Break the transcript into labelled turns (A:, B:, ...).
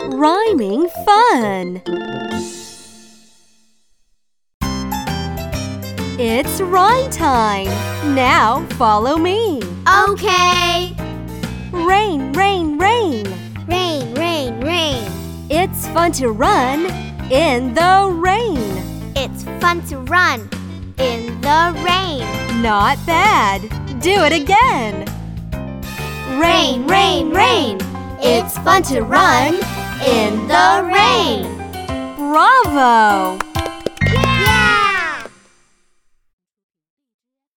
A: Rhyming fun! It's rhyme time! Now follow me!
B: Okay.
A: Rain, rain, rain!
B: Rain, rain, rain.
A: It's fun to run in the rain!
B: It's fun to run in the rain.
A: Not bad! Do it again!
B: Rain, rain, rain. It's fun to run in the rain.
A: Bravo!